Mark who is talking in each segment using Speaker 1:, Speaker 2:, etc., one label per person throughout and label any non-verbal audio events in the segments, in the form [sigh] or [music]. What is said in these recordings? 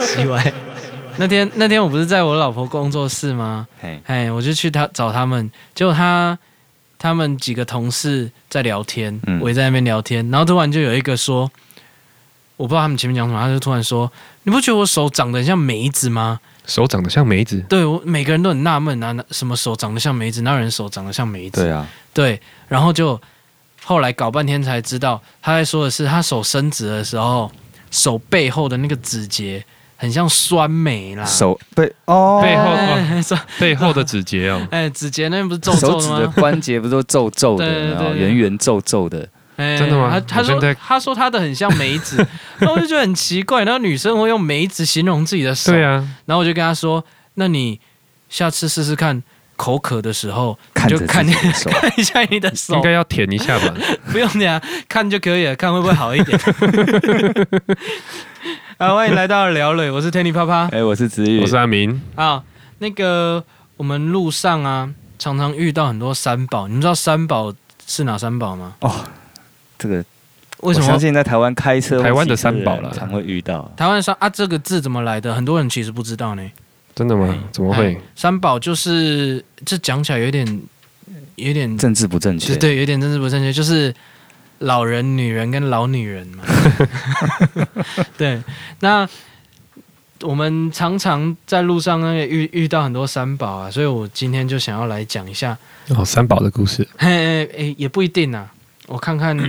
Speaker 1: 奇怪，
Speaker 2: 那天那天我不是在我老婆工作室吗？
Speaker 3: 嘿，
Speaker 2: 哎，我就去他找他们，结果他他们几个同事在聊天，
Speaker 3: 嗯
Speaker 2: 我也在那边聊天，然后突然就有一个说，我不知道他们前面讲什么，他就突然说：“你不觉得我手长得很像梅子吗
Speaker 1: 手长得像梅子？”，
Speaker 2: 对我每个人都很纳闷啊，哪什么手长得像梅子，哪有人手长得像梅子？
Speaker 3: 对啊，
Speaker 2: 对，然后就后来搞半天才知道，他在说的是他手伸直的时候，手背后的那个指节很像酸梅啦。
Speaker 3: 手背哦，
Speaker 1: 背后
Speaker 2: 哎酸
Speaker 1: 背后的指节
Speaker 2: [laughs]
Speaker 1: 哦，
Speaker 2: 哎，指节那不是皱
Speaker 3: 手
Speaker 2: 皱
Speaker 3: 指
Speaker 2: 的
Speaker 3: 的
Speaker 2: 吗？
Speaker 3: 关节不是都皱皱的，
Speaker 2: 对对对
Speaker 3: 然后
Speaker 2: 对
Speaker 3: 圆圆皱皱的，
Speaker 2: 哎
Speaker 1: 真的吗
Speaker 2: 他他
Speaker 1: 我现
Speaker 2: 说
Speaker 1: 在
Speaker 2: 他说他的很像梅
Speaker 1: [laughs]
Speaker 2: 子，然后我就觉得很奇怪，然后女生会用梅子形容自己的手，
Speaker 1: 对啊，
Speaker 2: 然后我就跟他说，那你下次试试看。口渴的时候， [laughs]
Speaker 3: 看
Speaker 2: 就
Speaker 3: 着自
Speaker 2: 看
Speaker 3: 己的手，
Speaker 2: 看一下你的手
Speaker 1: 应，该要舔一下 [laughs] 吧？
Speaker 2: 不用这样，看就可以了，看会不会好一
Speaker 1: [laughs]
Speaker 2: 点。啊，欢迎来到聊了，我是天尼啪啪
Speaker 3: 哎，我是子宇
Speaker 1: 我，是阿明，
Speaker 2: 啊。那个我们路上啊，常常遇到很多三宝，你们知道三宝是哪三宝吗？
Speaker 3: 这个
Speaker 2: 为什
Speaker 3: 我相
Speaker 2: 么
Speaker 3: 信在台湾开车或骑车人，
Speaker 1: 台湾的三宝啦
Speaker 3: 常会遇到。
Speaker 2: 台湾三啊这个字怎么来的？很多人其实不知道呢。
Speaker 1: 真的吗？怎么会
Speaker 2: 哎？三宝就是这讲起来有点有点
Speaker 3: 政治不正确，
Speaker 2: 对对，有点政治不正确，就是老人、女人跟老女人
Speaker 1: [laughs]
Speaker 2: 嘛。对，那我们常常在路上呢遇遇到很多三宝啊，所以我今天就想要来讲一下，
Speaker 1: 哦，三宝的故事，
Speaker 2: 嘿嘿嘿也不一定啊，我看看， [coughs]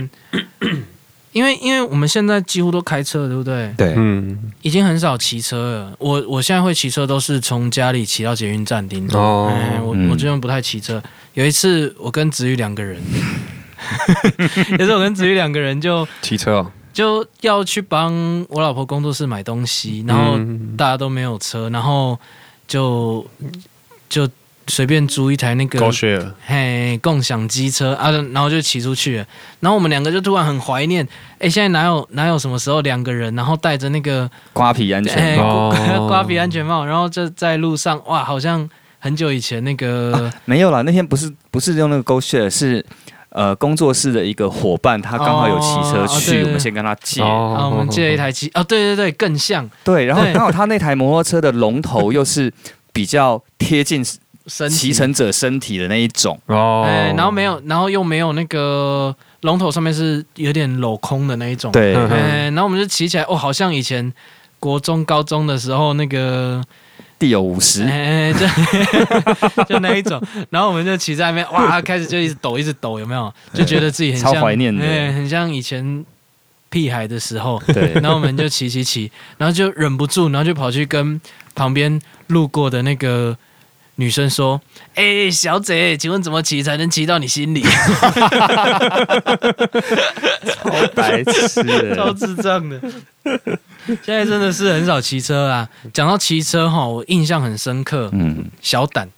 Speaker 2: 因为因为我们现在几乎都开车了，对不对？
Speaker 3: 对
Speaker 1: 嗯，
Speaker 2: 已经很少骑车了。我我现在会骑车都是从家里骑到捷运站顶多。
Speaker 1: 哦
Speaker 2: 哎，我
Speaker 3: 嗯
Speaker 2: 我最近不太骑车。有一次我跟子玉两个人， [laughs] 有一次我跟子玉两个人就
Speaker 1: 骑车哦，
Speaker 2: 就要去帮我老婆工作室买东西，然后
Speaker 1: 嗯
Speaker 2: 大家都没有车，然后就就随便租一台那个
Speaker 1: share，
Speaker 2: 嘿共享机车啊，然后就骑出去了。然后我们两个就突然很怀念，哎，现在哪有哪有什么时候两个人然后带着那个
Speaker 3: 瓜皮安
Speaker 2: 哎
Speaker 3: 全帽
Speaker 1: 帽
Speaker 2: 瓜 [laughs]
Speaker 1: 哦
Speaker 2: 瓜皮安全帽，然后就在路上，哇，好像很久以前那个，
Speaker 3: 没有啦，那天不是不是用那个 GoShare，是呃工作室的一个伙伴，他刚好有骑车
Speaker 2: 哦哦对
Speaker 3: 去，
Speaker 2: 对
Speaker 3: 我们先跟他借。
Speaker 1: 哦
Speaker 2: 啊，我们借了一台机，哦，对对对，更像
Speaker 3: 对，然后
Speaker 2: 对
Speaker 3: 刚好他那台摩托车的龙头又是比较贴近
Speaker 2: [laughs] 身体
Speaker 3: 骑，乘者身体的那一种，
Speaker 1: [laughs] 哦，
Speaker 2: 哎，然后没有，然后又没有那个龙头上面是有点镂空的那一种，，
Speaker 3: 对
Speaker 1: 嗯
Speaker 2: 哎，然后我们就骑起来，哦，好像以前国中、高中的时候那个，
Speaker 3: 地有五十，
Speaker 2: 哎，就就 [laughs] 那一种，然后我们就骑在那边，哇，开始就一直抖，一直抖，有没有？就觉得自己很像
Speaker 3: 哎超怀念的
Speaker 2: 哎，很像以前屁孩的时候，
Speaker 3: 对，
Speaker 2: 然后我们就骑骑骑，然后就忍不住，然后就跑去跟旁边路过的那个女生说：“哎、小姐，请问怎么骑才能骑到你心里
Speaker 3: [laughs] 超白痴？”
Speaker 2: [laughs] 超
Speaker 3: 的，
Speaker 2: 智障的。现在真的是很少骑车啊。讲到骑车哈，我印象很深刻，
Speaker 3: 嗯，
Speaker 2: 小胆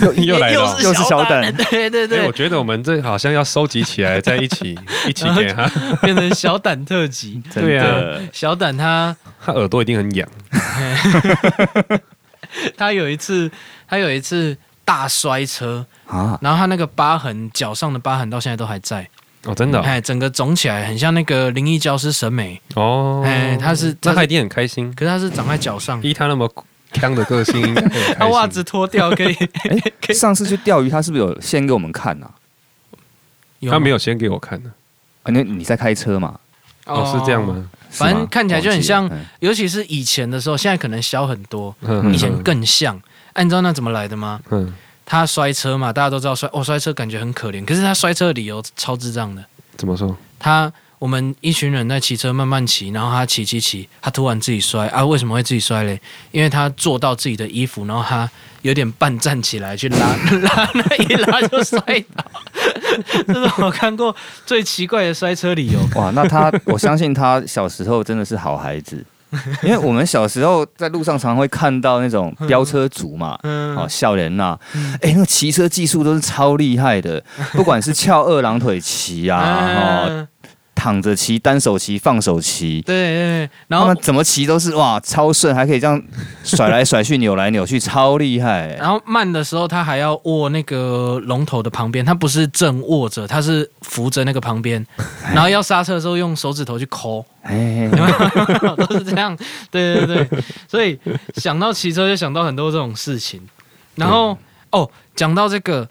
Speaker 3: 又
Speaker 1: [laughs] 又来了哦
Speaker 3: 又是小
Speaker 2: 胆， [laughs]
Speaker 3: 胆，
Speaker 2: 对对
Speaker 1: 哎，我
Speaker 2: 对，
Speaker 1: 觉得我们这好像要收集起来，在一
Speaker 2: [laughs]
Speaker 1: 起一起给他，
Speaker 2: 变成小胆特辑。
Speaker 3: 真
Speaker 1: 对
Speaker 3: 的
Speaker 1: 啊，
Speaker 2: 小胆他
Speaker 1: 他耳朵一定很痒，
Speaker 2: 他有一次，他有一次大摔车，
Speaker 3: 啊，
Speaker 2: 然后他那个疤痕，脚上的疤痕到现在都还在。
Speaker 1: 哦，真的哦，
Speaker 2: 哎，整个肿起来很像那个灵异教师审美，
Speaker 1: 哦，
Speaker 2: 哎他是他
Speaker 1: 那
Speaker 2: 是
Speaker 1: 他一定很开心，
Speaker 2: 可是它是长在脚上，
Speaker 1: 依他那么强的个
Speaker 2: [laughs]
Speaker 1: 性，应该会很开心
Speaker 2: 它袜子脱掉
Speaker 1: [laughs]
Speaker 2: 可以，可以
Speaker 3: 上次去钓鱼，他是不是有先给我们看啊？
Speaker 2: 有
Speaker 1: 他没
Speaker 2: 有
Speaker 1: 有先给我看呢，
Speaker 3: 啊，你你在开车嘛？
Speaker 1: 哦，是这样？吗？
Speaker 3: 是吗
Speaker 2: 反正看起来就很像
Speaker 3: 忘记了
Speaker 2: 哦
Speaker 3: 嗯
Speaker 2: 尤其是以前的时候，现在可能小很多，
Speaker 1: 嗯
Speaker 2: 以前，更像。哎，你知道那怎么来的吗？
Speaker 1: 嗯，
Speaker 2: 他摔车嘛，大家都知道摔，哦，摔车感觉很可怜，可是他摔车的理由超智障的。
Speaker 1: 怎么说？
Speaker 2: 他我们一群人在骑车慢慢骑，然后他骑骑骑，他突然自己摔啊！为什么会自己摔嘞？因为他坐到自己的衣服，然后他有点半站起来去拉 [laughs] 拉，那一拉就摔倒。这是我看过最奇怪的摔车理由。
Speaker 3: 嗯哇，那他，我相信他小时候真的是好孩
Speaker 2: [laughs]
Speaker 3: 子，因为我们小时候在路上常会看到那种飙车族嘛，
Speaker 2: 嗯，
Speaker 3: 哦，笑脸呐，哎，那个骑
Speaker 2: [laughs]
Speaker 3: 车技术都是超厉害的，不管是翘二郎腿骑啊，哦，
Speaker 2: 嗯
Speaker 3: 躺着骑、单手骑、放手骑，
Speaker 2: 对对对，然
Speaker 3: 他
Speaker 2: 后
Speaker 3: 们怎么骑都是哇超顺，还可以这样甩来甩去、扭来扭去，超
Speaker 2: [laughs]
Speaker 3: 厉害、
Speaker 2: 然后慢的时候，他还要握那个龙头的旁边，他不是正握着，他是扶着那个旁边，然后要刹车的时候用手指头去抠，
Speaker 3: 哎，
Speaker 2: 有没有 [laughs] 都是这样。对对对，所以想到骑车就想到很多这种事情。然后哦，讲到这个，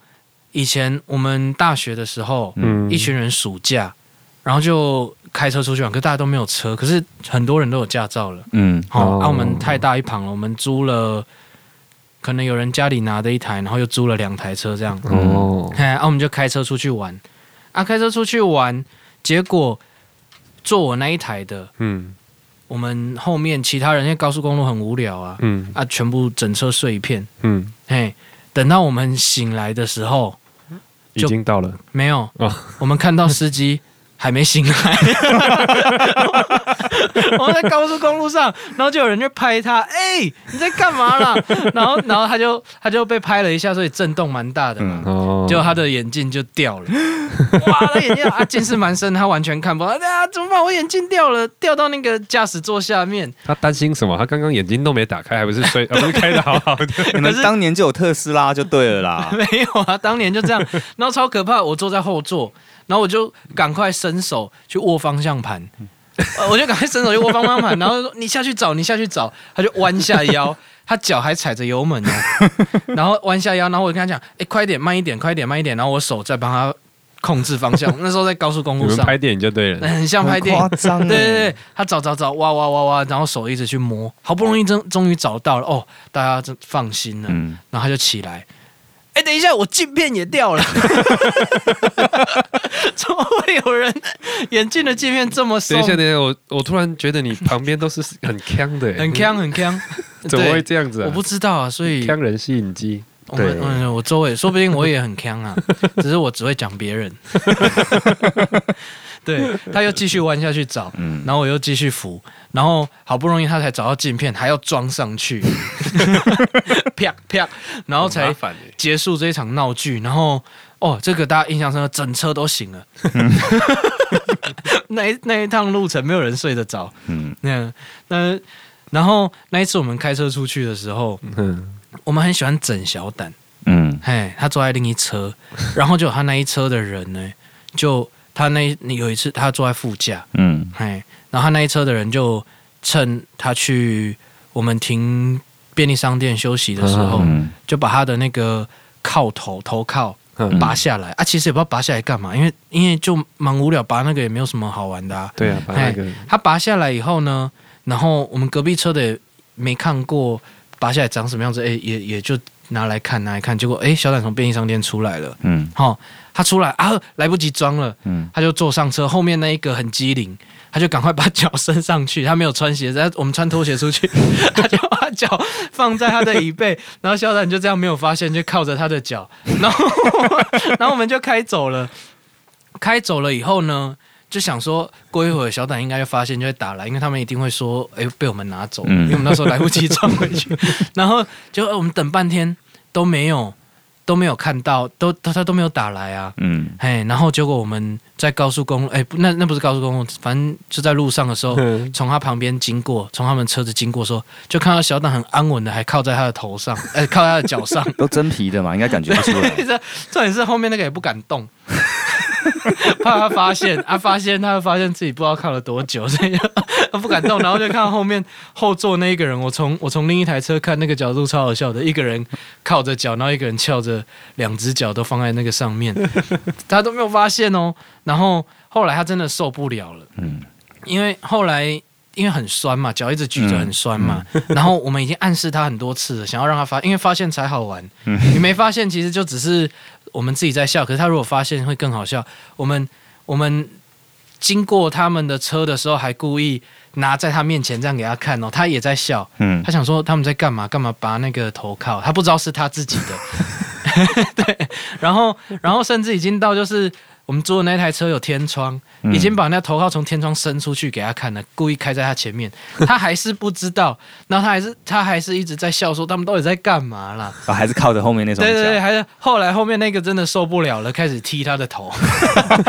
Speaker 2: 以前我们大学的时候，
Speaker 1: 嗯
Speaker 2: 一群人暑假，然后就开车出去玩，可大家都没有车，可是很多人都有驾照了。
Speaker 3: 嗯，
Speaker 2: 好、
Speaker 1: 哦
Speaker 2: 澳门太大一旁了，我们租了，可能有人家里拿的一台，然后又租了两台车这样。
Speaker 1: 哦，
Speaker 2: 哎，啊，我们就开车出去玩，啊，开车出去玩，结果坐我那一台的，
Speaker 1: 嗯
Speaker 2: 我们后面其他人因为高速公路很无聊啊，
Speaker 1: 嗯
Speaker 2: 啊，全部整车碎一片。
Speaker 1: 嗯，
Speaker 2: 嘿，等到我们醒来的时候，
Speaker 1: 已
Speaker 2: 就
Speaker 1: 经到了，
Speaker 2: 没有，
Speaker 1: 哦
Speaker 2: 我们看到司机还没醒来，
Speaker 1: [laughs]
Speaker 2: 我们在高速公路上，然后就有人就拍他，哎、你在干嘛啦？ [laughs] 然后，然后他就他就被拍了一下，所以震动蛮大的嘛。
Speaker 3: 嗯
Speaker 1: 哦，
Speaker 2: 结果他的眼镜就掉了， [laughs] 哇！他眼镜啊，近视蛮深，他完全看不到。啊，怎么办？我眼镜掉了，掉到那个驾驶座下面。
Speaker 1: 他担心什么？他刚刚眼睛都没打开，还不是睡， [laughs] 啊不是开的好好的，
Speaker 3: 你
Speaker 2: 可
Speaker 3: 们
Speaker 2: 是
Speaker 3: 当年就有特斯拉就对了啦。
Speaker 2: [laughs] 没有啊，当年就这样， [laughs] 然后超可怕。我坐在后座，然后我就赶快伸手去握方向盘，呃我就赶快伸手去握方向
Speaker 1: [laughs]
Speaker 2: 盘，然后说你下去找，你下去找，他就弯下腰，他脚还踩着油门
Speaker 1: [laughs]
Speaker 2: 呢、然后弯下腰，然后我就跟他讲，哎、快一点，慢一点，快一点，慢一点，然后我手在帮他控制方
Speaker 1: [laughs]
Speaker 2: 向。那时候在高速公
Speaker 1: 你
Speaker 2: 路
Speaker 1: 们
Speaker 2: 上，
Speaker 1: 拍电影
Speaker 2: [laughs]
Speaker 1: 就对了，
Speaker 2: 很像拍电影
Speaker 3: 很。夸张、欸，
Speaker 2: 对对对，他找找找，哇哇哇哇，然后手一直去摸，好不容易终终于找到了，哦，大家真放心了。
Speaker 3: 嗯，
Speaker 2: 然后他就起来，哎、等一下，我镜片也掉了， [laughs] 怎么会有人眼镜的镜片这么松
Speaker 1: 等一？下，等一下，我我突然觉得你旁边都是很强的，
Speaker 2: [laughs]
Speaker 1: 欸
Speaker 2: 很，呛很呛，
Speaker 1: [laughs] 怎么
Speaker 2: 对？
Speaker 1: 会这样子啊？
Speaker 2: 我
Speaker 1: [laughs]
Speaker 2: 不知道啊，所以
Speaker 1: 强人吸引机，
Speaker 2: 我们
Speaker 3: 对
Speaker 2: 嗯，我周围说不定我也很呛啊， [laughs] 只是我只会讲别人。 [laughs] 对，他又继续弯下去找，
Speaker 3: 嗯
Speaker 2: 然后我又继续扶，然后好不容易他才找到镜片，还要装上去， [laughs] 啪啪，然后才
Speaker 1: 反欸
Speaker 2: 结束这一场闹剧，然后哦，这个大家印象深刻，整车都醒了。 [laughs] 那一那一趟路程没有人睡得着，
Speaker 3: 嗯，
Speaker 2: 那那然后那一次我们开车出去的时候，
Speaker 1: 嗯，
Speaker 2: 我们很喜欢整小胆，
Speaker 3: 嗯，
Speaker 2: 嘿，他坐在另一车，然后就他那一车的人呢，就他那你有一次他坐在副驾，
Speaker 3: 嗯，
Speaker 2: 嘿，然后他那一车的人就趁他去我们停便利商店休息的时候，
Speaker 3: 嗯，
Speaker 2: 就把他的那个靠头头靠
Speaker 1: 嗯
Speaker 2: 拔下来、啊，其实也不知道拔下来干嘛，因为因为就蛮无聊，拔那个也没有什么好玩的啊。
Speaker 1: 对啊，把那个
Speaker 2: 他拔下来以后呢，然后我们隔壁车的也没看过拔下来长什么样子，哎、也也就拿来看拿来看，结果哎、小胆从便利商店出来了，
Speaker 3: 嗯，
Speaker 2: 哈、他出来啊，来不及装了，
Speaker 3: 嗯，
Speaker 2: 他就坐上车，后面那一个很机灵，他就赶快把脚伸上去，他没有穿鞋子，他我们穿拖鞋出去， [laughs] 他就把脚放在他的椅背， [laughs] 然后校长就这样没有发现，就靠着他的脚， [laughs] 然后然后我们就开走了，开走了以后呢，就想说过一会儿小胆应该就发现就会打来，因为他们一定会说，哎、被我们拿走，
Speaker 3: 嗯
Speaker 2: 因为我们那时候来不及装回去， [laughs] 然后就、呃我们等半天都没有都没有看到，都他他都没有打来啊，
Speaker 3: 嗯，
Speaker 2: 哎，然后结果我们在高速公路，哎，不那那不是高速公路，反正就在路上的时候，
Speaker 1: 嗯
Speaker 2: 从他旁边经过，从他们车子经过的时候，就看到小党很安稳的，还靠在他的头上， [laughs] 哎，靠在他的脚 [laughs] 上。
Speaker 3: 都真皮的嘛，应该感觉不出来。
Speaker 2: 这重点是后面那个也不敢 [laughs] 动，怕他发现， [laughs] 啊，发现他会发现自己不知道靠了多久， [laughs] 所以就不敢动。然后就看到后面后座那一个人，我从我从另一台车看那个角度超好笑的，一个人靠着脚，然后一个人翘着两只脚都放在那个上面， [laughs] 他都没有发现哦。然后后来他真的受不了了，
Speaker 3: 嗯
Speaker 2: 因为后来。因为很酸嘛，脚一直举着很酸嘛，然后我们已经暗示他很多次了，想要让他发，因为发现才好玩。你没发现，其实就只是我们自己在笑。可是他如果发现，会更好笑。我们我们经过他们的车的时候，还故意拿在他面前这样给他看哦，他也在笑。 [laughs]
Speaker 3: 嗯
Speaker 2: 他想说他们在干嘛？干嘛拔那个头靠？ [laughs] 他不知道是他自己的。对，然后然后甚至已经到就是。我们租的那台车有天窗，
Speaker 3: 嗯
Speaker 2: 已经把那头号从天窗伸出去给他看了，故意开在他前面，他还是不知道，然后他还是他还是一直在笑说他们到底在干嘛啦？
Speaker 3: 啊还是靠着后面那双
Speaker 2: 对对对，
Speaker 3: 脚，
Speaker 2: 还是后来后面那个真的受不了了，开始踢他的头，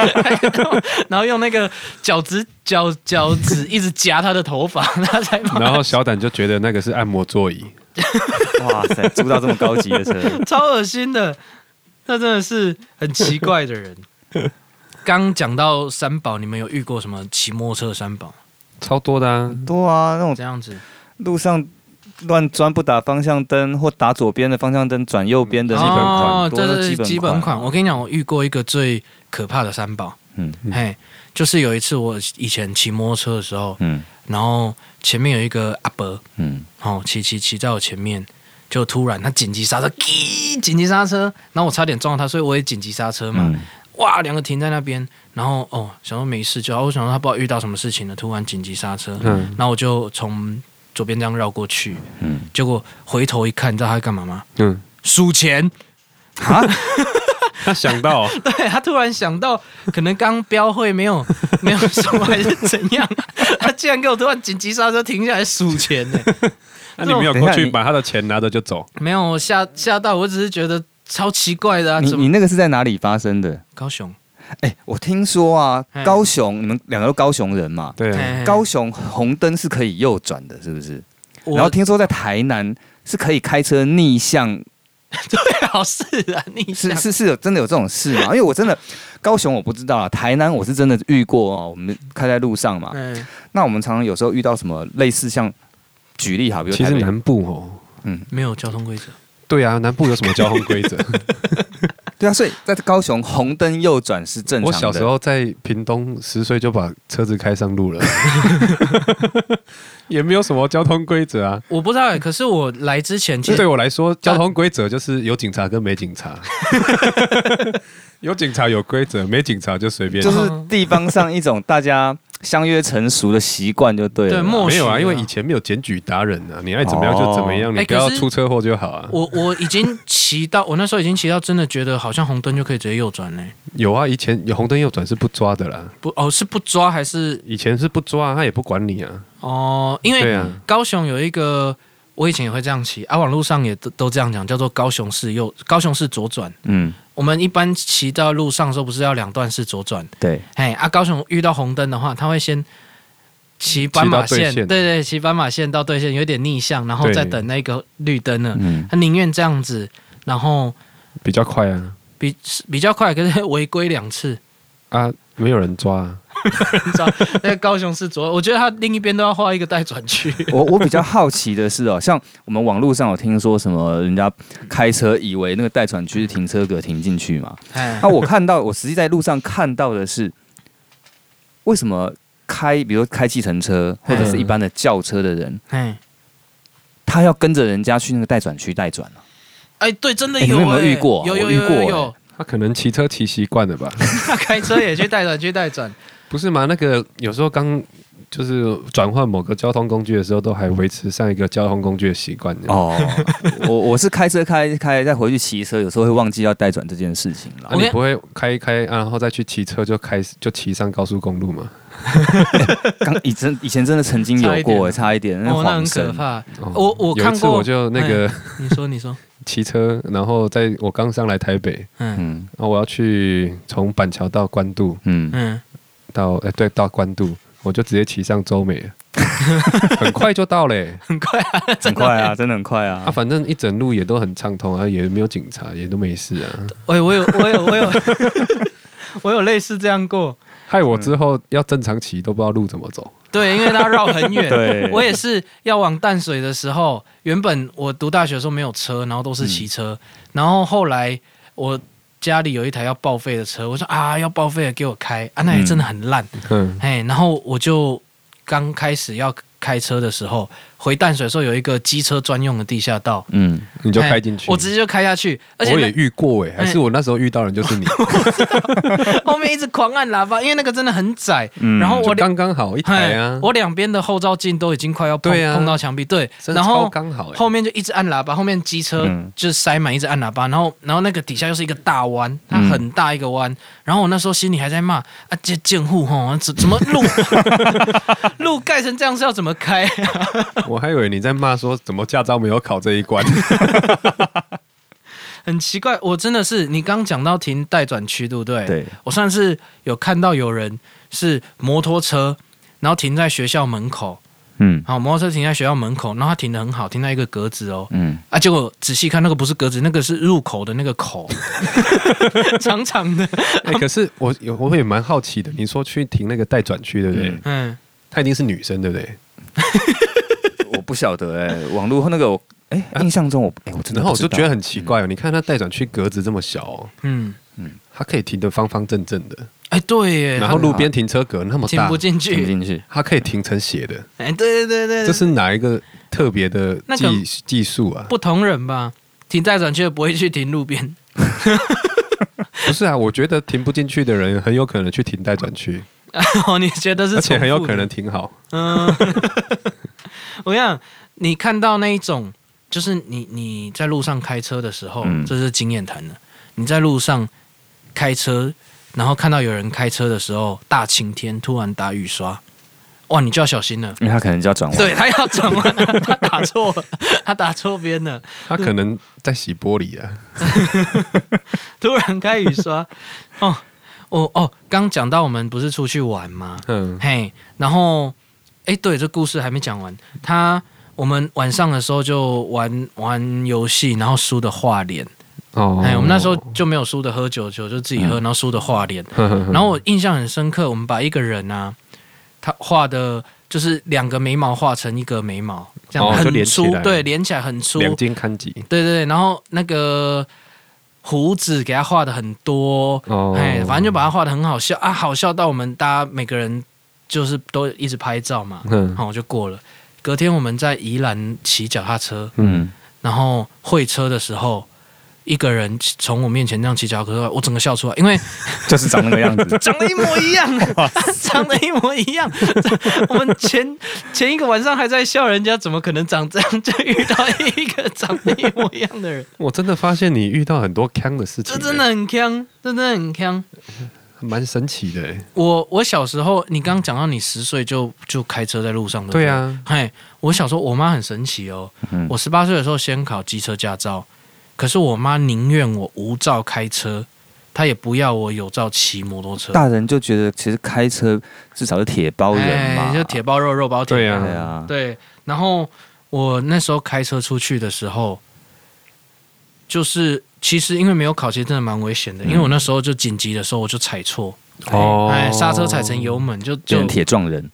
Speaker 2: [laughs] 然后用那个脚趾脚脚趾一直夹他的头发，他才把
Speaker 1: 然后小胆就觉得那个是按摩座椅，
Speaker 3: 哇塞，租到这么高级的车，
Speaker 2: 超恶心的，那真的是很奇怪的人。刚讲到三宝，你们有遇过什么骑摩托车的三宝
Speaker 1: 超多的啊。
Speaker 3: 多啊，那种
Speaker 2: 这样子？
Speaker 3: 路上乱钻不打方向灯或打左边的方向灯转右边的
Speaker 1: 基本款
Speaker 2: 哦，
Speaker 3: 多
Speaker 2: 这
Speaker 3: 的
Speaker 2: 是基
Speaker 3: 基
Speaker 2: 本
Speaker 3: 本
Speaker 2: 款。
Speaker 3: 款
Speaker 2: 我跟你讲，我遇过一个最可怕的三宝，
Speaker 3: 嗯
Speaker 1: 嗯
Speaker 2: 嘿，就是有一次我以前骑摩托车的时候，
Speaker 3: 嗯
Speaker 2: 然后前面有一个阿伯，
Speaker 3: 嗯，
Speaker 2: 哦，骑骑骑在我前面，就突然他紧急刹车，叽，紧急刹车，然后我差点撞到他，所以我也紧急刹车嘛。
Speaker 3: 嗯
Speaker 2: 哇，两个停在那边，然后哦，想说没事就好，我想说他不知道遇到什么事情了，突然紧急刹车，
Speaker 1: 嗯，
Speaker 2: 然后我就从左边这样绕过去，
Speaker 3: 嗯
Speaker 2: 结果回头一看，你知道他在干嘛吗？
Speaker 1: 嗯，
Speaker 2: 数钱，
Speaker 1: 他想到
Speaker 2: 对他突然想到，可能刚标会没有 [laughs] 没有什么还是怎样， [laughs] 他竟然给我突然紧急刹车停下来数钱呢，
Speaker 1: 那你没有
Speaker 3: 等一
Speaker 1: 过
Speaker 3: 下
Speaker 1: 去
Speaker 3: 你
Speaker 1: 把他的钱拿着就走，
Speaker 2: 没有我吓吓到，我只是觉得超奇怪的啊，
Speaker 3: 你
Speaker 2: 怎
Speaker 3: 你
Speaker 2: 么
Speaker 3: 那个是在哪里发生的？
Speaker 2: 高雄？
Speaker 3: 哎，我听说啊
Speaker 2: 嘿，
Speaker 3: 高雄，你们两个都高雄人嘛，
Speaker 1: 对啊，
Speaker 2: 嘿
Speaker 3: 高，雄红灯是可以右转的，是不是？
Speaker 2: 我 [laughs]
Speaker 3: 然后听说在台南是可以开车逆向，
Speaker 2: 最好是啊，你
Speaker 3: 是是是有真的有这种事吗？因为我真的高雄我不知道啊，台南我是真的遇过哦。我们开在路上嘛，
Speaker 2: 嗯，
Speaker 3: 那我们常常有时候遇到什么类似像举例好，比如
Speaker 1: 其
Speaker 3: 台
Speaker 1: 实
Speaker 3: 北，
Speaker 1: 南部哦，
Speaker 2: 没有交通规则。
Speaker 1: 对啊，南部有什么交通规
Speaker 2: [laughs]
Speaker 1: 则？
Speaker 3: 对啊，所以在高雄红灯右转是正常
Speaker 1: 我
Speaker 3: 的。
Speaker 1: 小时候在屏东，十岁就把车子开
Speaker 2: [laughs]
Speaker 1: 上路了，也没有什么交通规则啊。
Speaker 2: 我不知道欸，可是我来之前其
Speaker 1: 这
Speaker 2: 实
Speaker 1: 对我来说，交通规则就是有警察跟没警察，有警察有规则，没警察就随便。
Speaker 3: 就是地方上一种大家相约成熟的习惯就对了
Speaker 2: 对
Speaker 3: 啦。
Speaker 2: 默
Speaker 1: 没有
Speaker 2: 许
Speaker 1: 啊，
Speaker 2: 的
Speaker 1: 因为以前没有检举达人啊，你爱怎么样就怎么样，
Speaker 2: 哦
Speaker 1: 你不要
Speaker 2: 哎可是
Speaker 1: 出车祸就好啊。
Speaker 2: 我我已经骑到，我那时候已经骑到，真的觉得好像红灯就可以直接右转嘞。
Speaker 1: 有啊，以前有红灯右转是不抓的啦，
Speaker 2: 不哦，是不抓还是
Speaker 1: 以前是不抓，他也不管你啊。
Speaker 2: 哦？因
Speaker 1: 对
Speaker 2: 为
Speaker 1: 啊，
Speaker 2: 高雄有一个，我以前也会这样骑，啊，网络上也都都这样讲，叫做高雄市右，高雄市左转。
Speaker 3: 嗯，
Speaker 2: 我们一般骑到路上的时候，不是要两段式左转？
Speaker 3: 对，
Speaker 2: 哎，啊，高雄遇到红灯的话，他会先骑斑马
Speaker 1: 骑到对
Speaker 2: 线，
Speaker 1: 线
Speaker 2: 对对，骑斑马线到对线，有点逆向，然后
Speaker 1: 对
Speaker 2: 再等那个绿灯了。
Speaker 3: 嗯，
Speaker 2: 他宁愿这样子，然后
Speaker 1: 比较快啊
Speaker 2: 比比较快，可是违规两次，
Speaker 1: 啊，没有人抓、啊。
Speaker 2: 你知道 [laughs] 那个高雄市左，我觉得他另一边都要画一个待转区。
Speaker 3: 我我比较好奇的是哦，像我们网络上有听说什么人家开车以为那个待转区是停车格停进去嘛？
Speaker 2: [laughs] 哎
Speaker 3: 那、，我看到我实际在路上看到的是，为什么开比如说开计程车或者是一般的轿车的人，
Speaker 2: 哎，
Speaker 3: 他要跟着人家去那个待转区待转啊
Speaker 2: 哎，对，真的
Speaker 3: 哎
Speaker 2: 有，
Speaker 3: 你们有没有
Speaker 2: 哎
Speaker 3: 遇过
Speaker 2: 有有有
Speaker 3: 我遇过
Speaker 2: 有
Speaker 3: 哎
Speaker 2: 有，
Speaker 1: 他可能骑车骑习惯了吧？
Speaker 2: [laughs] 他开车也去待转区待
Speaker 3: [laughs]
Speaker 2: 转。
Speaker 1: 不是嘛？那个有时候刚就是转换某个交通工具的时候，都还维持上一个交通工具的习惯呢。
Speaker 3: 哦，我我是开车开开再回去骑车，有时候会忘记要待转这件事情
Speaker 1: 啊、
Speaker 3: 了。
Speaker 2: 我跟
Speaker 1: 你不会开一开、啊，然后再去骑车就开就骑上高速公路嘛？
Speaker 3: 刚以前以前真的曾经有过，差一点，
Speaker 2: 哦，那
Speaker 3: 黄
Speaker 2: 很可
Speaker 3: 神。
Speaker 2: 怕。
Speaker 1: 哦
Speaker 2: 我我
Speaker 1: 有
Speaker 2: 看
Speaker 1: 一次
Speaker 2: 过哎
Speaker 1: 我就那个
Speaker 2: 你说，你说，
Speaker 1: 骑车，然后在我刚上来台北，
Speaker 2: 嗯
Speaker 3: [laughs] 嗯
Speaker 1: 然后我要去从板桥到关渡
Speaker 3: 嗯，
Speaker 2: 嗯，
Speaker 1: 到哎、对到关渡，我就直接骑上
Speaker 2: [laughs]
Speaker 1: 洲美了，很快就到嘞、
Speaker 2: 很快啊，
Speaker 3: 很快啊，真的很快啊
Speaker 1: 啊，。反正一整路也都很畅通啊，也没有警察，也都没事啊。
Speaker 2: 哎，我有我有我有 [laughs] 我有类似这样过。
Speaker 1: 害
Speaker 2: 嗯
Speaker 1: 我之后要正常骑都不知道路怎么走。
Speaker 2: 对，因为它绕很远。
Speaker 3: 对
Speaker 2: 我也是要往淡水的时候，原本我读大学的时候没有车，然后都是骑车，
Speaker 1: 嗯
Speaker 2: 然后后来我家里有一台要报废的车，我说啊要报废了给我开啊，那也真的很烂，
Speaker 1: 嗯，
Speaker 2: 哎、然后我就刚开始要开车的时候，回淡水的时候有一个机车专用的地下道，
Speaker 3: 嗯，
Speaker 1: 你就
Speaker 2: 哎
Speaker 1: 开进去。
Speaker 2: 我直接就开下去，而且
Speaker 1: 我
Speaker 2: 那
Speaker 1: 也遇过哎、还是我那时候遇到
Speaker 2: [laughs]
Speaker 1: 人就是你，
Speaker 2: 后面一直狂按喇叭，因为那个真的很窄，
Speaker 3: 嗯
Speaker 2: 然后我
Speaker 1: 嗯就
Speaker 2: 两
Speaker 1: 刚刚好一台啊，
Speaker 2: 哎我两边的后照镜都已经快要碰
Speaker 1: 对啊
Speaker 2: 碰到墙壁，对，
Speaker 1: 真的
Speaker 2: 然
Speaker 1: 超
Speaker 2: 后。
Speaker 1: 刚好哎、
Speaker 2: 后面就一直按喇叭，后面机车
Speaker 3: 嗯
Speaker 2: 就塞满，一直按喇叭，然后然后那个底下又是一个大弯，它
Speaker 3: 嗯
Speaker 2: 很大一个弯，然后我那时候心里还在骂啊，这贱户吼，怎怎么 [laughs] 路路盖成这样是要怎么开？
Speaker 1: 我还以为你在骂说怎么驾照没有考这
Speaker 2: [laughs]
Speaker 1: 一关，
Speaker 2: 很奇怪，我真的是你刚讲到停待转区，对不对？
Speaker 3: 对，
Speaker 2: 我上次有看到有人是摩托车，然后停在学校门口，
Speaker 3: 嗯
Speaker 2: 好，摩托车停在学校门口，然后他停的很好，停在一个格子哦，
Speaker 3: 嗯，
Speaker 2: 啊，结果仔细看那个不是格子，那个是入口的那个口，
Speaker 1: [laughs]
Speaker 2: 长长的，
Speaker 1: 哎、可是我有我也蛮好奇的，你说去停那个待转区对不对？
Speaker 3: 嗯
Speaker 2: 嗯，
Speaker 1: 她一定是女生对不对？
Speaker 3: 我不晓得哎，网络那个我哎，印象中我哎，我真的
Speaker 1: 然后我就觉得
Speaker 3: 得
Speaker 1: 很奇怪哦，你看她待转区格子这么小、哦，
Speaker 2: 嗯，
Speaker 1: 她可以停得方方正正的，
Speaker 2: 哎，对耶，
Speaker 1: 然后路边停车格那么
Speaker 2: 他停
Speaker 1: 大
Speaker 2: 不，进
Speaker 3: 听
Speaker 2: 去，
Speaker 3: 进去，
Speaker 1: 她可以停成斜的，
Speaker 2: 哎，对对对
Speaker 1: 这
Speaker 2: 对，
Speaker 1: 是哪一个特别的技、
Speaker 2: 那个
Speaker 1: 技术啊？
Speaker 2: 不同人吧？停待转区的不会去停路边， [laughs]
Speaker 1: 不是啊，我觉得停不进去的人很有可能去停待转区，
Speaker 2: 哦，你觉得是？
Speaker 1: 而且很有可能，停好。
Speaker 2: 嗯，我跟你讲，你看到那一种，就是你你在路上开车的时候，
Speaker 3: 嗯
Speaker 2: 这是经验谈的。你在路上开车，然后看到有人开车的时候，大晴天突然打雨刷，哇，你就要小心了。
Speaker 3: 因为他可能就要转弯，
Speaker 2: [laughs] 对他要转弯了，他打错了，他打错边了。
Speaker 1: 他可能在洗玻璃啊，
Speaker 2: 突然开雨
Speaker 1: [laughs]
Speaker 2: 刷，哦，哦哦，刚讲到我们不是出去玩吗？
Speaker 1: 嗯，
Speaker 2: 嘿，然后，哎，对，这故事还没讲完。他我们晚上的时候就玩玩游戏，然后输的画脸。
Speaker 1: 哦嗯
Speaker 2: 哎、我们那时候就没有输的喝酒，酒就自己喝，然后输的画脸。
Speaker 1: 呵呵呵，
Speaker 2: 然后我印象很深刻，我们把一个人啊，他画的就是两个眉毛画成一个眉毛，这样、
Speaker 1: 哦就
Speaker 2: 很
Speaker 1: 连起
Speaker 2: 粗
Speaker 1: 来，
Speaker 2: 对，连起来很粗，
Speaker 1: 两斤看几
Speaker 2: 对对对，然后那个胡子给他画的很多，
Speaker 1: 哦，
Speaker 2: 哎，反正就把他画的很好笑啊，好笑到我们大家每个人就是都一直拍照嘛，
Speaker 1: 嗯
Speaker 2: 然后我就过了。隔天我们在宜兰骑脚踏车，
Speaker 1: 嗯，
Speaker 3: 嗯，
Speaker 2: 然后会车的时候，一个人从我面前这样骑脚踏车，我整个笑出来，因
Speaker 1: [laughs]
Speaker 2: 为，
Speaker 3: 就是长那个样子 [laughs]
Speaker 2: 长得一模一样，长得一模一样。 [laughs] 我们前前一个晚上还在笑人家怎么可能长这样，就遇到一个长得一模一样的人。
Speaker 1: 我真的发现你遇到很多坑的事情
Speaker 2: 这
Speaker 1: 欸，
Speaker 2: 真的很坑，这真的很坑。
Speaker 1: 蛮神奇的欸。
Speaker 2: 我我小时候，你刚刚讲到你十岁就就开车在路上的，
Speaker 1: 对，啊，
Speaker 2: 嗨，我小时候我妈很神奇哦，
Speaker 3: 嗯
Speaker 2: 我十八岁的时候先考机车驾照，可是我妈宁愿我无照开车，她也不要我有照骑摩托车。
Speaker 3: 大人就觉得其实开车至少是铁包人嘛，
Speaker 2: 哎就铁包肉，肉包铁。
Speaker 1: 对啊
Speaker 3: 对啊，
Speaker 2: 对，然后我那时候开车出去的时候，就是其实因为没有考，其实真的蛮危险的。因为我那时候就紧急的时候，我就踩错，
Speaker 1: 嗯哦
Speaker 2: 哎，刹车踩成油门，就
Speaker 3: 变
Speaker 2: 就
Speaker 3: 成铁撞人，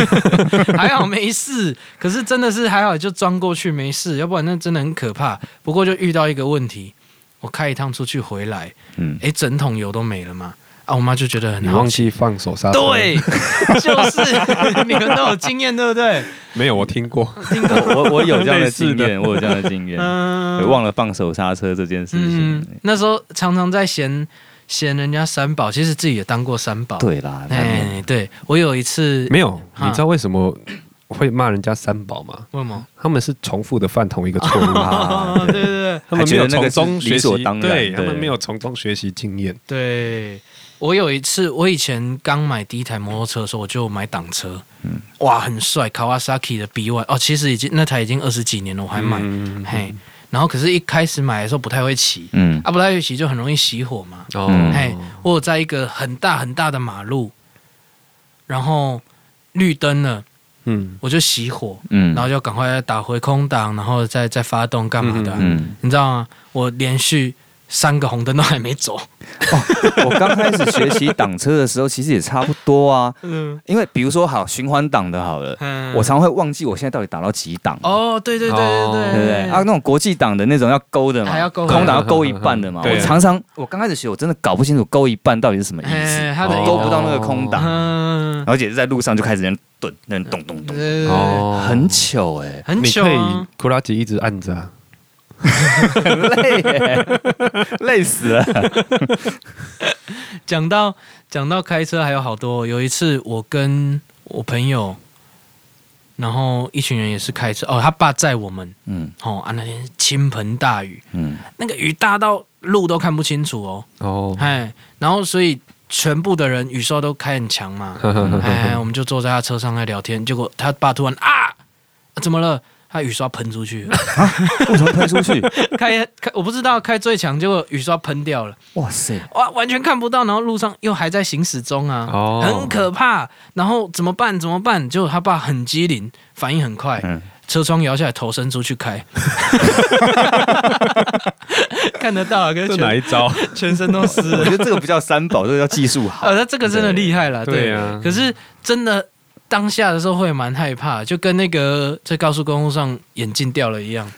Speaker 2: [laughs] 还好没事。可是真的是还好，就装过去没事，要不然那真的很可怕。不过就遇到一个问题，我开一趟出去回来，
Speaker 3: 嗯，
Speaker 2: 哎，整桶油都没了嘛。啊，我妈就觉得很
Speaker 1: 你
Speaker 2: 好
Speaker 1: 忘
Speaker 2: 奇。
Speaker 1: 记放手刹车？，
Speaker 2: 对， [laughs] 就是 [laughs] 你们都有经验，对不对？
Speaker 1: 没有，我
Speaker 2: [laughs]
Speaker 1: 听过。
Speaker 2: 听
Speaker 1: [laughs]
Speaker 2: 过，
Speaker 3: [laughs] 我我有这样
Speaker 1: 类
Speaker 3: 的
Speaker 1: 似
Speaker 3: [laughs] 经
Speaker 1: 的
Speaker 3: 验，我有这样的经验，
Speaker 2: 嗯
Speaker 3: 对，忘了放手刹车这件事
Speaker 2: 嗯
Speaker 3: 情，，
Speaker 2: 那时候常常在嫌嫌人家三宝，其实自己也当过三宝。，
Speaker 3: 对啦，难 [laughs] 免
Speaker 2: 哎，对我有一次
Speaker 1: 没有，
Speaker 2: 哈
Speaker 1: 你知道为什么会骂人家三宝吗？
Speaker 2: 为什么？
Speaker 1: 他们是重复的犯同一个
Speaker 2: [laughs]
Speaker 1: 错误，
Speaker 3: 啊
Speaker 2: 哦，对对
Speaker 1: 他们没
Speaker 3: 还觉得
Speaker 1: 有从中
Speaker 3: 那个是
Speaker 1: 学
Speaker 3: 理所
Speaker 1: 习，
Speaker 3: 当然对
Speaker 1: 对他们没有从中学习经验。
Speaker 2: [laughs] 对，我有一次，我以前刚买第一台摩托车的时候，我就买挡车，嗯，哇，很帅，Kawasaki 的 BY，哦，其实已经那台已经二十几年了，我还买，
Speaker 1: 嗯
Speaker 2: 嘿，然后可是一开始买的时候不太会骑，
Speaker 3: 嗯
Speaker 2: 啊，不太会骑就很容易熄火嘛，
Speaker 1: 哦
Speaker 3: 嗯
Speaker 2: 哎，我有在一个很大很大的马路，然后绿灯了，
Speaker 1: 嗯，
Speaker 2: 我就熄火，
Speaker 3: 嗯
Speaker 2: 然后就赶快打回空档，然后再再发动干嘛的啊、
Speaker 3: 嗯
Speaker 2: 你知道吗？我连续三个红灯都还没走。
Speaker 3: 我刚开始学习挡车的时候，其实也差不多啊。
Speaker 2: 嗯，
Speaker 3: 因为比如说好循环挡的好了，我常会忘记我现在到底打到几档，
Speaker 2: 哦，对对对对对
Speaker 3: 对不对？啊，那种国际档的那种要勾的嘛，
Speaker 2: 还要勾
Speaker 3: 空档要勾一半的嘛。
Speaker 1: 对
Speaker 3: 我常常我刚开始学，我真的搞不清楚勾一半到底是什么意思，
Speaker 2: 哎，他的
Speaker 1: 哦
Speaker 3: 勾不到那个空档，
Speaker 2: 嗯
Speaker 3: 然，后也是在路上就开始人蹲，人咚咚
Speaker 2: 对
Speaker 3: 咚，
Speaker 2: 对对对
Speaker 1: 哦
Speaker 3: 很糗哎，
Speaker 2: 呃很
Speaker 1: 你
Speaker 2: 久
Speaker 1: 可以
Speaker 2: 啊。
Speaker 1: 库拉吉一直按着、啊，
Speaker 3: 很累欸，累死了。
Speaker 2: 讲到讲到开车还有好多哦、有一次我跟我朋友，然后一群人也是开车，哦，他爸载我们，
Speaker 3: 嗯
Speaker 2: 哦啊，那天倾盆大雨，
Speaker 3: 嗯，
Speaker 2: 那个雨大到路都看不清楚哦，
Speaker 1: 哦，
Speaker 2: 哎，然后所以全部的人雨刷都开很强嘛，哎，我们就坐在他车上在聊天，结果他爸突然啊，啊怎么了？他雨刷喷出
Speaker 1: [laughs]
Speaker 2: 去了，
Speaker 3: 为什么推出去？
Speaker 2: 开开我不知道开最强，结果雨刷喷掉了，
Speaker 3: 哇塞！
Speaker 2: 哇，完全看不到，然后路上又还在行驶中啊，
Speaker 1: 哦
Speaker 2: 很可怕。然后怎么办？怎么办？结果他爸很机灵，反应很快，
Speaker 3: 嗯
Speaker 2: 车窗摇下来，头伸出去
Speaker 1: [laughs]
Speaker 2: 开，看得到啊，跟
Speaker 1: 这哪
Speaker 2: 全
Speaker 1: 一
Speaker 2: [laughs]
Speaker 1: 招？
Speaker 2: 全身都湿
Speaker 3: 我
Speaker 2: 了。
Speaker 3: 觉得这个不叫三宝，这个叫技术好。
Speaker 2: 呃，他这个真的厉害了，
Speaker 1: 对
Speaker 2: 对
Speaker 1: 啊
Speaker 2: 可是真的当下的时候会蛮害怕，就跟那个在高速公路上眼镜掉了一样，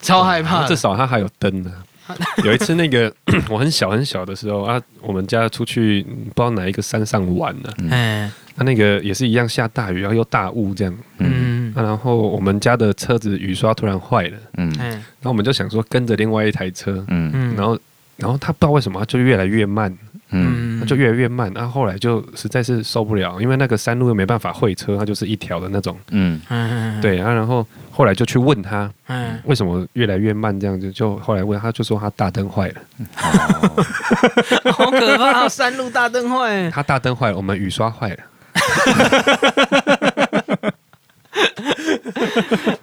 Speaker 2: 超害怕的。
Speaker 1: 至少它还有灯呢、
Speaker 2: [laughs]
Speaker 1: 有一次，那个 [coughs] 我很小很小的时候啊，我们家出去嗯不知道哪一个山上玩呢、
Speaker 2: 哎，
Speaker 1: 它、那个也是一样下大雨，然后又大雾这样、
Speaker 3: 嗯
Speaker 2: 嗯，
Speaker 1: 啊然后我们家的车子雨刷突然坏了，
Speaker 3: 嗯
Speaker 2: 哎，
Speaker 1: 然后我们就想说跟着另外一台车，
Speaker 3: 嗯
Speaker 2: 嗯，
Speaker 1: 然后然后它不知道为什么它就越来越慢，
Speaker 3: 嗯
Speaker 1: 它就越来越慢。然、后后来就实在是受不了，因为那个山路又没办法会车，它就是一条的那种。
Speaker 3: 嗯
Speaker 2: 嗯，
Speaker 1: 对啊，然后后来就去问他
Speaker 2: 嗯，
Speaker 1: 为什么越来越慢这样子，就后来问他就说他大灯坏了。
Speaker 2: [laughs]
Speaker 3: 嗯
Speaker 2: 好可怕、哦，山路大灯坏。
Speaker 1: 他大灯坏了，我们雨刷坏了。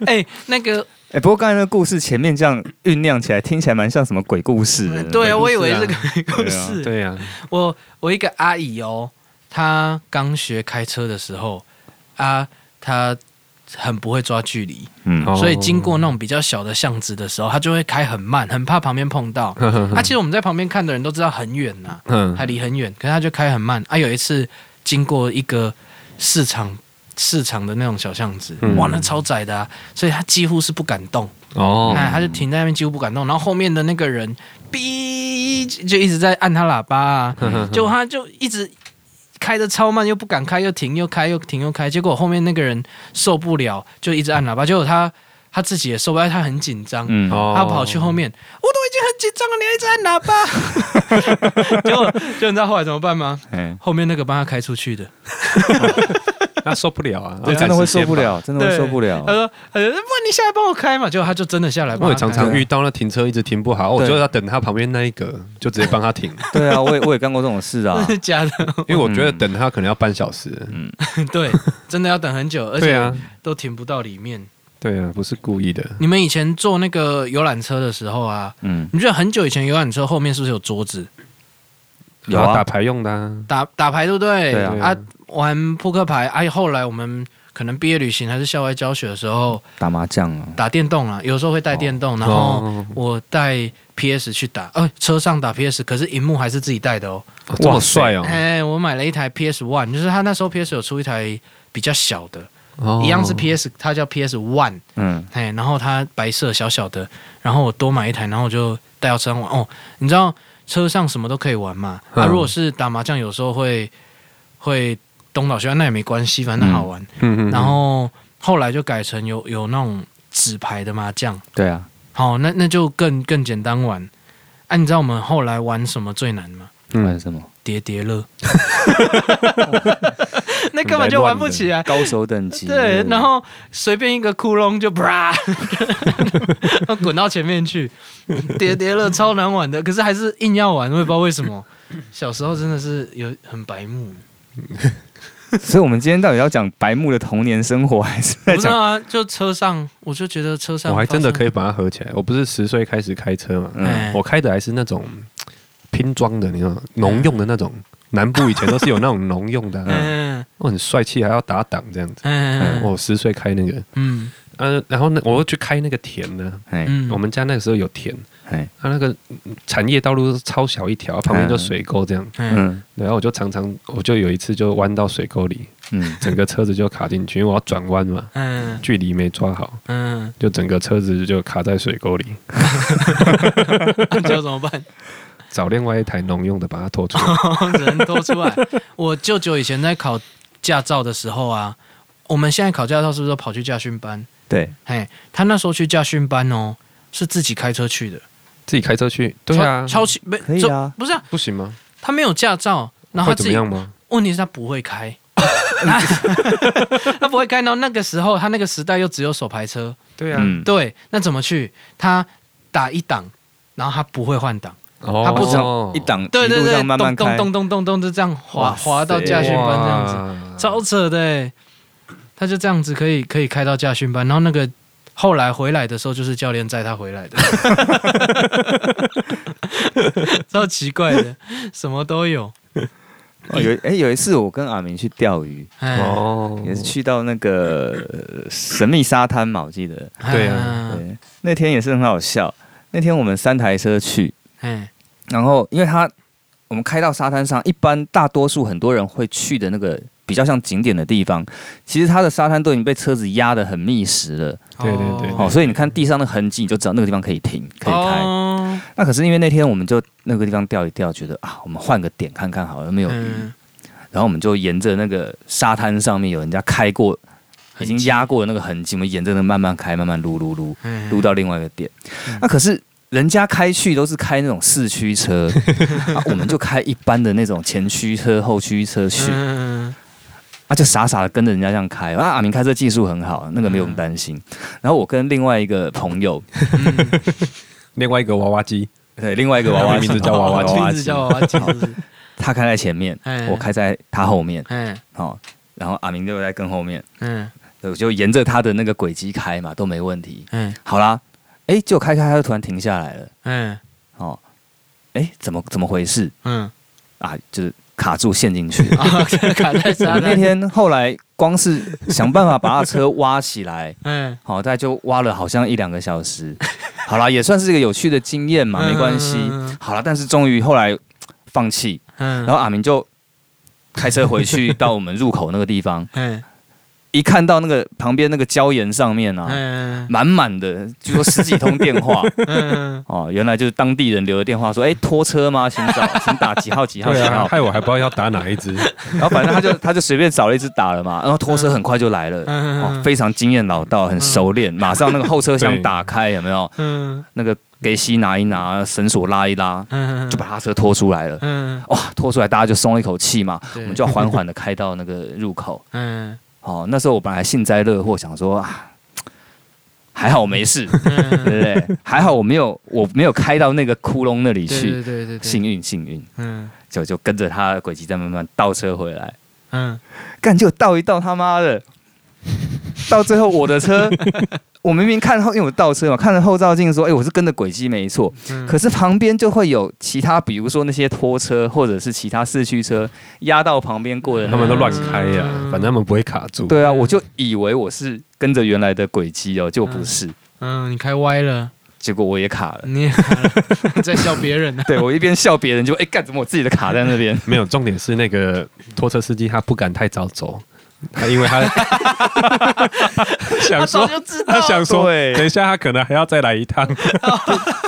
Speaker 2: 哎、那个，
Speaker 3: 哎、不过刚才那个故事前面这样酝酿起来，听起来蛮像什么鬼故事的。
Speaker 2: 对啊，我以
Speaker 1: 故事
Speaker 2: 为
Speaker 1: 啊
Speaker 2: 是个故
Speaker 3: 对啊
Speaker 2: 事。
Speaker 1: 对呀、
Speaker 2: 我我一个阿姨哦，她刚学开车的时候啊，她很不会抓距离，
Speaker 3: 嗯
Speaker 1: 哦
Speaker 2: 所以经过那种比较小的巷子的时候，她就会开很慢，很怕旁边碰
Speaker 1: [laughs]
Speaker 2: 到。啊，其实我们在旁边看的人都知道很远呐、
Speaker 1: 嗯
Speaker 2: 还离很远，可是她就开很慢。啊，有一次经过一个市场市场的那种小巷子，
Speaker 1: 嗯
Speaker 2: 哇，那超窄的啊，所以她几乎是不敢动。
Speaker 1: 哦
Speaker 2: 哎，他就停在那边几乎不敢动，然后后面的那个人哔就一直在按他喇叭啊，
Speaker 1: 嗯
Speaker 3: 嗯
Speaker 1: [laughs]
Speaker 2: 结果他就一直开的超慢，又不敢开，又停又开又停又开，结果后面那个人受不了，就一直按喇叭，结果他他自己也受不了，他很紧张。
Speaker 3: 嗯
Speaker 1: 哦
Speaker 2: 他跑去后面，我都已经很紧张了，你还一直按喇叭。 [laughs] 结果，就你知道后来怎么办吗？
Speaker 3: 哎，
Speaker 2: 后面那个帮他开出去的，
Speaker 1: 他受不了啊，
Speaker 3: 对，哎真的会受不。了，真的会
Speaker 2: 对
Speaker 3: 受不了
Speaker 2: 他。说：“呃，不然你下来帮我开嘛。”结果他就真的下来帮
Speaker 1: 哦我
Speaker 2: 他
Speaker 1: 也
Speaker 2: 开。
Speaker 1: 常常遇到那停车一直停不好，哦我就要等他旁边那一个，就直接帮他停，
Speaker 3: [laughs] 对啊，我也我也干过这种
Speaker 2: [laughs]
Speaker 3: 事啊
Speaker 2: [laughs] 真。的假的？
Speaker 1: 因为我
Speaker 3: 嗯
Speaker 1: 觉得等他可能要半小时。
Speaker 2: 对，真的要等很久，而
Speaker 1: 对
Speaker 2: 且
Speaker 1: 啊，
Speaker 2: 都停不到里面。
Speaker 1: 对啊，不是故意的。
Speaker 2: 你们以前坐那个游览车的时候啊，
Speaker 3: 嗯，
Speaker 2: 你觉得很久以前游览车后面是不是有桌子
Speaker 3: 有啊
Speaker 1: 打牌用的啊，
Speaker 2: 打打牌，对不对？
Speaker 3: 对啊
Speaker 2: 玩扑克牌。哎、后来我们可能毕业旅行还是校外教学的时候，
Speaker 3: 打麻将啊。
Speaker 2: 打电动啊，有时候会带电动，然后
Speaker 1: 哦，
Speaker 2: 我带 PS 去打，呃，车上打 PS，可是荧幕还是自己带的哦。
Speaker 1: 哦这么帅哦，
Speaker 2: 哎、我买了一台 PS One，就是他那时候 PS 有出一台比较小的，
Speaker 1: 哦
Speaker 2: 一样是 PS，它叫 PS One。
Speaker 3: 嗯，
Speaker 2: 哎，然后它白色小小的，然后我多买一台，然后我就带到车上玩。哦，你知道车上什么都可以玩嘛？
Speaker 1: 嗯
Speaker 2: 啊，如果是打麻将，有时候会会东倒西歪，那也没关系，反正好玩。
Speaker 1: 嗯，嗯嗯
Speaker 2: 然后后来就改成有有那种纸牌的麻将，
Speaker 3: 对啊，
Speaker 2: 好、那那就更更简单玩。啊，你知道我们后来玩什么最难吗？
Speaker 3: 玩
Speaker 1: 嗯
Speaker 3: 什么
Speaker 2: 叠叠乐，那根本就玩不起来。
Speaker 3: 高手等级？
Speaker 2: 对，然后随便一个窟窿就
Speaker 1: [laughs]
Speaker 2: 啪，滚到前面去，叠叠乐超难玩的，可是还是硬要玩，我也不知道为什么。小时候真的是有很白目，
Speaker 3: 所以我们今天到底要讲白木的童年生活，还是在
Speaker 2: 不知
Speaker 3: 讲？
Speaker 2: 道啊，就车上，我就觉得车上
Speaker 1: 哎我还真的可
Speaker 2: 以，
Speaker 1: 以把它合起来。我不是十岁开始开车嘛，嗯
Speaker 2: 哎
Speaker 1: 我开的还是那种拼装的，你知道吗农用的那种。
Speaker 2: 哎
Speaker 1: 南部以前都是有那种农用的啊，
Speaker 2: 嗯
Speaker 1: 啊我很帅气，还要打档这样子。哦
Speaker 2: 嗯
Speaker 1: 我十岁开那个，
Speaker 2: 嗯
Speaker 1: 嗯、然后呢，我又去开那个田呢。
Speaker 3: 哎
Speaker 2: 嗯，
Speaker 1: 我们家那个时候有田，
Speaker 3: 哎
Speaker 1: 它、那个嗯产业道路超小一条，旁边就水沟这样。
Speaker 2: 嗯
Speaker 3: 嗯
Speaker 1: 对然后我就常常，我就有一次就弯到水沟里，
Speaker 3: 嗯，
Speaker 1: 整个车子就卡进去，因为我要转弯嘛，
Speaker 2: 嗯
Speaker 1: 距离没抓好，
Speaker 2: 嗯，
Speaker 1: 就整个车子就卡在水沟里。
Speaker 2: 那嗯 [laughs] 就怎么办？哦
Speaker 1: 找另外一台农用的把它拖出来。
Speaker 2: [laughs] 只能拖出来。我舅舅以前在考驾照的时候啊，我们现在考驾照是不是都跑去驾训班？
Speaker 3: 对，
Speaker 2: 嘿，他那时候去驾训班哦，是自己开车去的。
Speaker 1: 自己开车去，对啊，
Speaker 2: 超超期没
Speaker 3: 可以
Speaker 2: 这
Speaker 3: 啊
Speaker 2: 不是啊，
Speaker 1: 不行吗？
Speaker 2: 他没有驾照，然后
Speaker 1: 会
Speaker 2: 他
Speaker 1: 怎
Speaker 2: 自
Speaker 1: 么
Speaker 2: 己
Speaker 1: 样吗？
Speaker 2: 问题是他不会
Speaker 3: [laughs]
Speaker 2: 开，他不会开。然后那个时候，他那个时代又只有手排车，
Speaker 1: 对
Speaker 3: 嗯，
Speaker 2: 对，啊那怎么去？他打一档，然后他不会换挡，
Speaker 1: 哦
Speaker 2: 他不
Speaker 3: 这样一档
Speaker 2: 对对
Speaker 3: 一路这
Speaker 2: 对，
Speaker 3: 样慢慢
Speaker 2: 咚
Speaker 3: 开
Speaker 2: 咚，咚咚咚咚，就这样滑
Speaker 3: 哇塞
Speaker 2: 滑到驾训班这样子，
Speaker 1: 子
Speaker 2: 超扯的欸。他就这样子可以可以开到驾训班，然后那个后来回来的时候，就是教练载他回来的，超奇怪的，什么都有。
Speaker 3: 哦有哎有一次我跟阿明去钓鱼，
Speaker 2: 哎，
Speaker 1: 哦，
Speaker 3: 也是去到那个呃神秘沙滩嘛，我记得。
Speaker 1: 对啊
Speaker 2: 嗯，
Speaker 3: 对，那天也是很好笑。那天我们三台车去，
Speaker 2: 哎，
Speaker 3: 然后因为它我们开到沙滩上，一般大多数很多人会去的那个比较像景点的地方，其实它的沙滩都已经被车子压得很密实了。
Speaker 1: 对对对
Speaker 3: 哦，所以你看地上的痕迹，你就知道那个地方可以停，可以开。
Speaker 2: 哦
Speaker 3: 那可是因为那天我们就那个地方钓一钓，觉得啊，我们换个点看看好了，没有鱼。
Speaker 2: 嗯，
Speaker 3: 然后我们就沿着那个沙滩上面有人家开过、已经压过的那个痕迹，我们沿着那个慢慢开，慢慢撸撸撸，
Speaker 2: 嗯
Speaker 3: 撸到另外一个点
Speaker 2: 嗯。
Speaker 3: 那可是人家开去都是开那种四驱
Speaker 2: [laughs]
Speaker 3: 车，啊，我们就开一般的那种前驱车、后驱车去，
Speaker 2: 嗯
Speaker 3: 啊，就傻傻的跟着人家这样开。啊，阿明开车技术很好，那个没有我们担心。然后我跟另外一个朋友，
Speaker 2: 嗯
Speaker 1: 另外一个娃娃机，
Speaker 3: 对，另外一个娃娃机
Speaker 2: [laughs]
Speaker 1: 名字叫娃娃机
Speaker 2: 亲自叫嗯娃娃机，是不是
Speaker 3: 他开在前面，
Speaker 2: 哎
Speaker 3: 我开在他后面，
Speaker 2: 哎
Speaker 3: 哦，然后阿明就在跟后面，
Speaker 2: 嗯
Speaker 3: 对我就沿着他的那个轨迹开嘛，都没问题。
Speaker 2: 嗯
Speaker 3: 好啦，哎，就开开，他就突然停下来了，
Speaker 2: 嗯
Speaker 3: 哦，哎，怎么怎么回事
Speaker 2: 嗯，
Speaker 3: 啊？就是卡住陷进去。
Speaker 2: 啊，卡在
Speaker 3: [laughs] 我
Speaker 2: 沙
Speaker 3: 们那
Speaker 2: 滩，
Speaker 3: 天后来光是想办法把他车挖起来， [laughs]
Speaker 2: 嗯
Speaker 3: 好，大概就挖了好像一两个小
Speaker 2: [laughs]
Speaker 3: 时。好啦，也算是一个有趣的经验嘛，没关系
Speaker 2: 嗯嗯嗯嗯。
Speaker 3: 好啦，但是终于后来放弃，
Speaker 2: 嗯，
Speaker 3: 然后阿明就开车回去到我们入口那个地方， [laughs]
Speaker 2: 嗯
Speaker 3: 一看到那个旁边那个礁岩上面啊，
Speaker 2: 嗯
Speaker 3: 满满的，据说十几通电
Speaker 2: [laughs]
Speaker 3: 话
Speaker 2: 嗯，
Speaker 3: 哦，原来就是当地人留的电话，说哎拖车吗？请找，请打几号几
Speaker 2: [laughs]
Speaker 3: 号几
Speaker 1: 对啊，
Speaker 3: 号。
Speaker 1: 害我还不知道要打哪一只，
Speaker 3: 然后反正他就他就随便找了一只打了嘛，然后拖车很快就来了，
Speaker 2: 嗯
Speaker 3: 哦，非常经验老道，很熟练，马上那个后车厢打开，有没有？
Speaker 2: 嗯
Speaker 3: 那个给西拿一拿，绳索拉一拉，
Speaker 2: 嗯，
Speaker 3: 就把他车拖出来了。
Speaker 2: 嗯，
Speaker 3: 哇，拖出来大家就松了一口气嘛，
Speaker 2: 我
Speaker 3: 我们就要缓缓的开到那个入口。
Speaker 2: 嗯
Speaker 3: 哦，那时候我本来幸灾乐祸，想说啊，还好我没事，对
Speaker 2: 嗯，
Speaker 3: 不对？还好我没有，我没有开到那个窟窿那里
Speaker 2: 对
Speaker 3: 去
Speaker 2: 对，对对，
Speaker 3: 幸运幸运，
Speaker 2: 嗯
Speaker 3: 就就跟着他的轨迹在慢慢倒车回来，
Speaker 2: 嗯
Speaker 3: 干就倒一倒他妈的，到最后我的 [laughs] 车，我明明看后，因为我倒车嘛，看了后照镜说，哎、我是跟着轨迹没错，
Speaker 2: 嗯，
Speaker 3: 可是旁边就会有其他，比如说那些拖车或者是其他四驱车压到旁边过的那
Speaker 1: 他
Speaker 3: 个
Speaker 1: 们都乱开呀、
Speaker 2: 嗯
Speaker 1: 反正他们不会卡住。
Speaker 3: 对啊，我就以为我是跟着原来的轨迹哦，就不是，
Speaker 2: 嗯，你开歪了，
Speaker 3: 结果我也卡了。
Speaker 2: 你也 [laughs] 在笑别人啊呢，
Speaker 3: [laughs] 对我一边笑别人就，哎干怎么我自己的卡在那边？
Speaker 1: 没有，重点是那个拖车司机他不敢太早走，他因为
Speaker 2: [laughs]
Speaker 1: 他想说。
Speaker 2: 就知哦
Speaker 3: [laughs]
Speaker 1: 他想说，
Speaker 3: 对
Speaker 1: 等一下他可能还要再来一
Speaker 2: [laughs]
Speaker 1: 趟，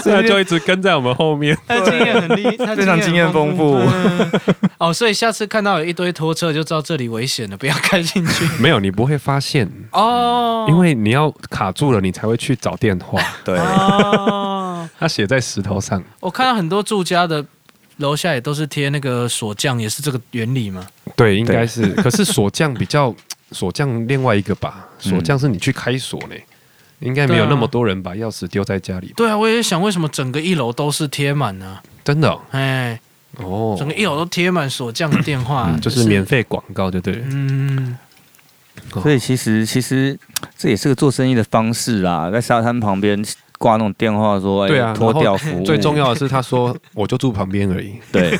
Speaker 1: 所 [laughs] 以他就一直跟在我们后面。
Speaker 2: 他经验很
Speaker 3: [laughs]
Speaker 2: 厉，他
Speaker 3: 非常经验丰富
Speaker 2: 嗯
Speaker 3: [laughs]
Speaker 2: 哦，所以下次看到有一堆拖车，就知道这里危险了，不要开进
Speaker 3: [laughs]
Speaker 2: 去。
Speaker 1: [laughs] 没有，你不会发现，
Speaker 2: 哦，
Speaker 1: 因为你要卡住了，你才会去找电 [laughs] 话。
Speaker 3: 对
Speaker 2: 哦，
Speaker 1: 他写在石头上，
Speaker 2: 我看到很多住家的楼下也都是贴那个锁匠，也是这个原理嘛。
Speaker 1: 对，应该是。可是锁匠比较，锁匠另外一个吧，锁匠是你去开锁呢，应该没有那么多人把钥匙丢在家里吧。
Speaker 2: 对啊，我也想为什么整个一楼都是贴满呢？
Speaker 1: 真的哦
Speaker 2: 哎，
Speaker 1: 哦，嗯
Speaker 2: 整个一楼都贴满锁匠的电话，
Speaker 1: 就是免。费广告，就对了。
Speaker 2: 嗯，
Speaker 3: 所以其实其实这也是个做生意的方式啦，在沙滩旁边挂那种电话说，哎
Speaker 1: 对啊
Speaker 3: 脱掉服务，
Speaker 2: 嗯
Speaker 1: 最重要的是，他说我就住旁边而已。 [laughs]
Speaker 3: 对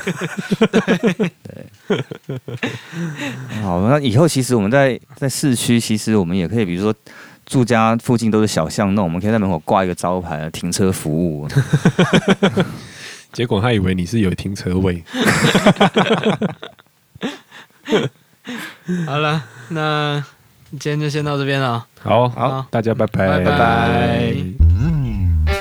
Speaker 3: 对。好，那以后其实我们在在市区，其实我们也可以，比如说住家附近都是小巷弄，我们可以在门口挂一个招牌，停车服务。
Speaker 1: 结果他以为你是有停车位，
Speaker 2: 好了，那今天就先到这边了。
Speaker 1: 好
Speaker 2: 好
Speaker 1: 大家拜拜，
Speaker 2: 拜拜拜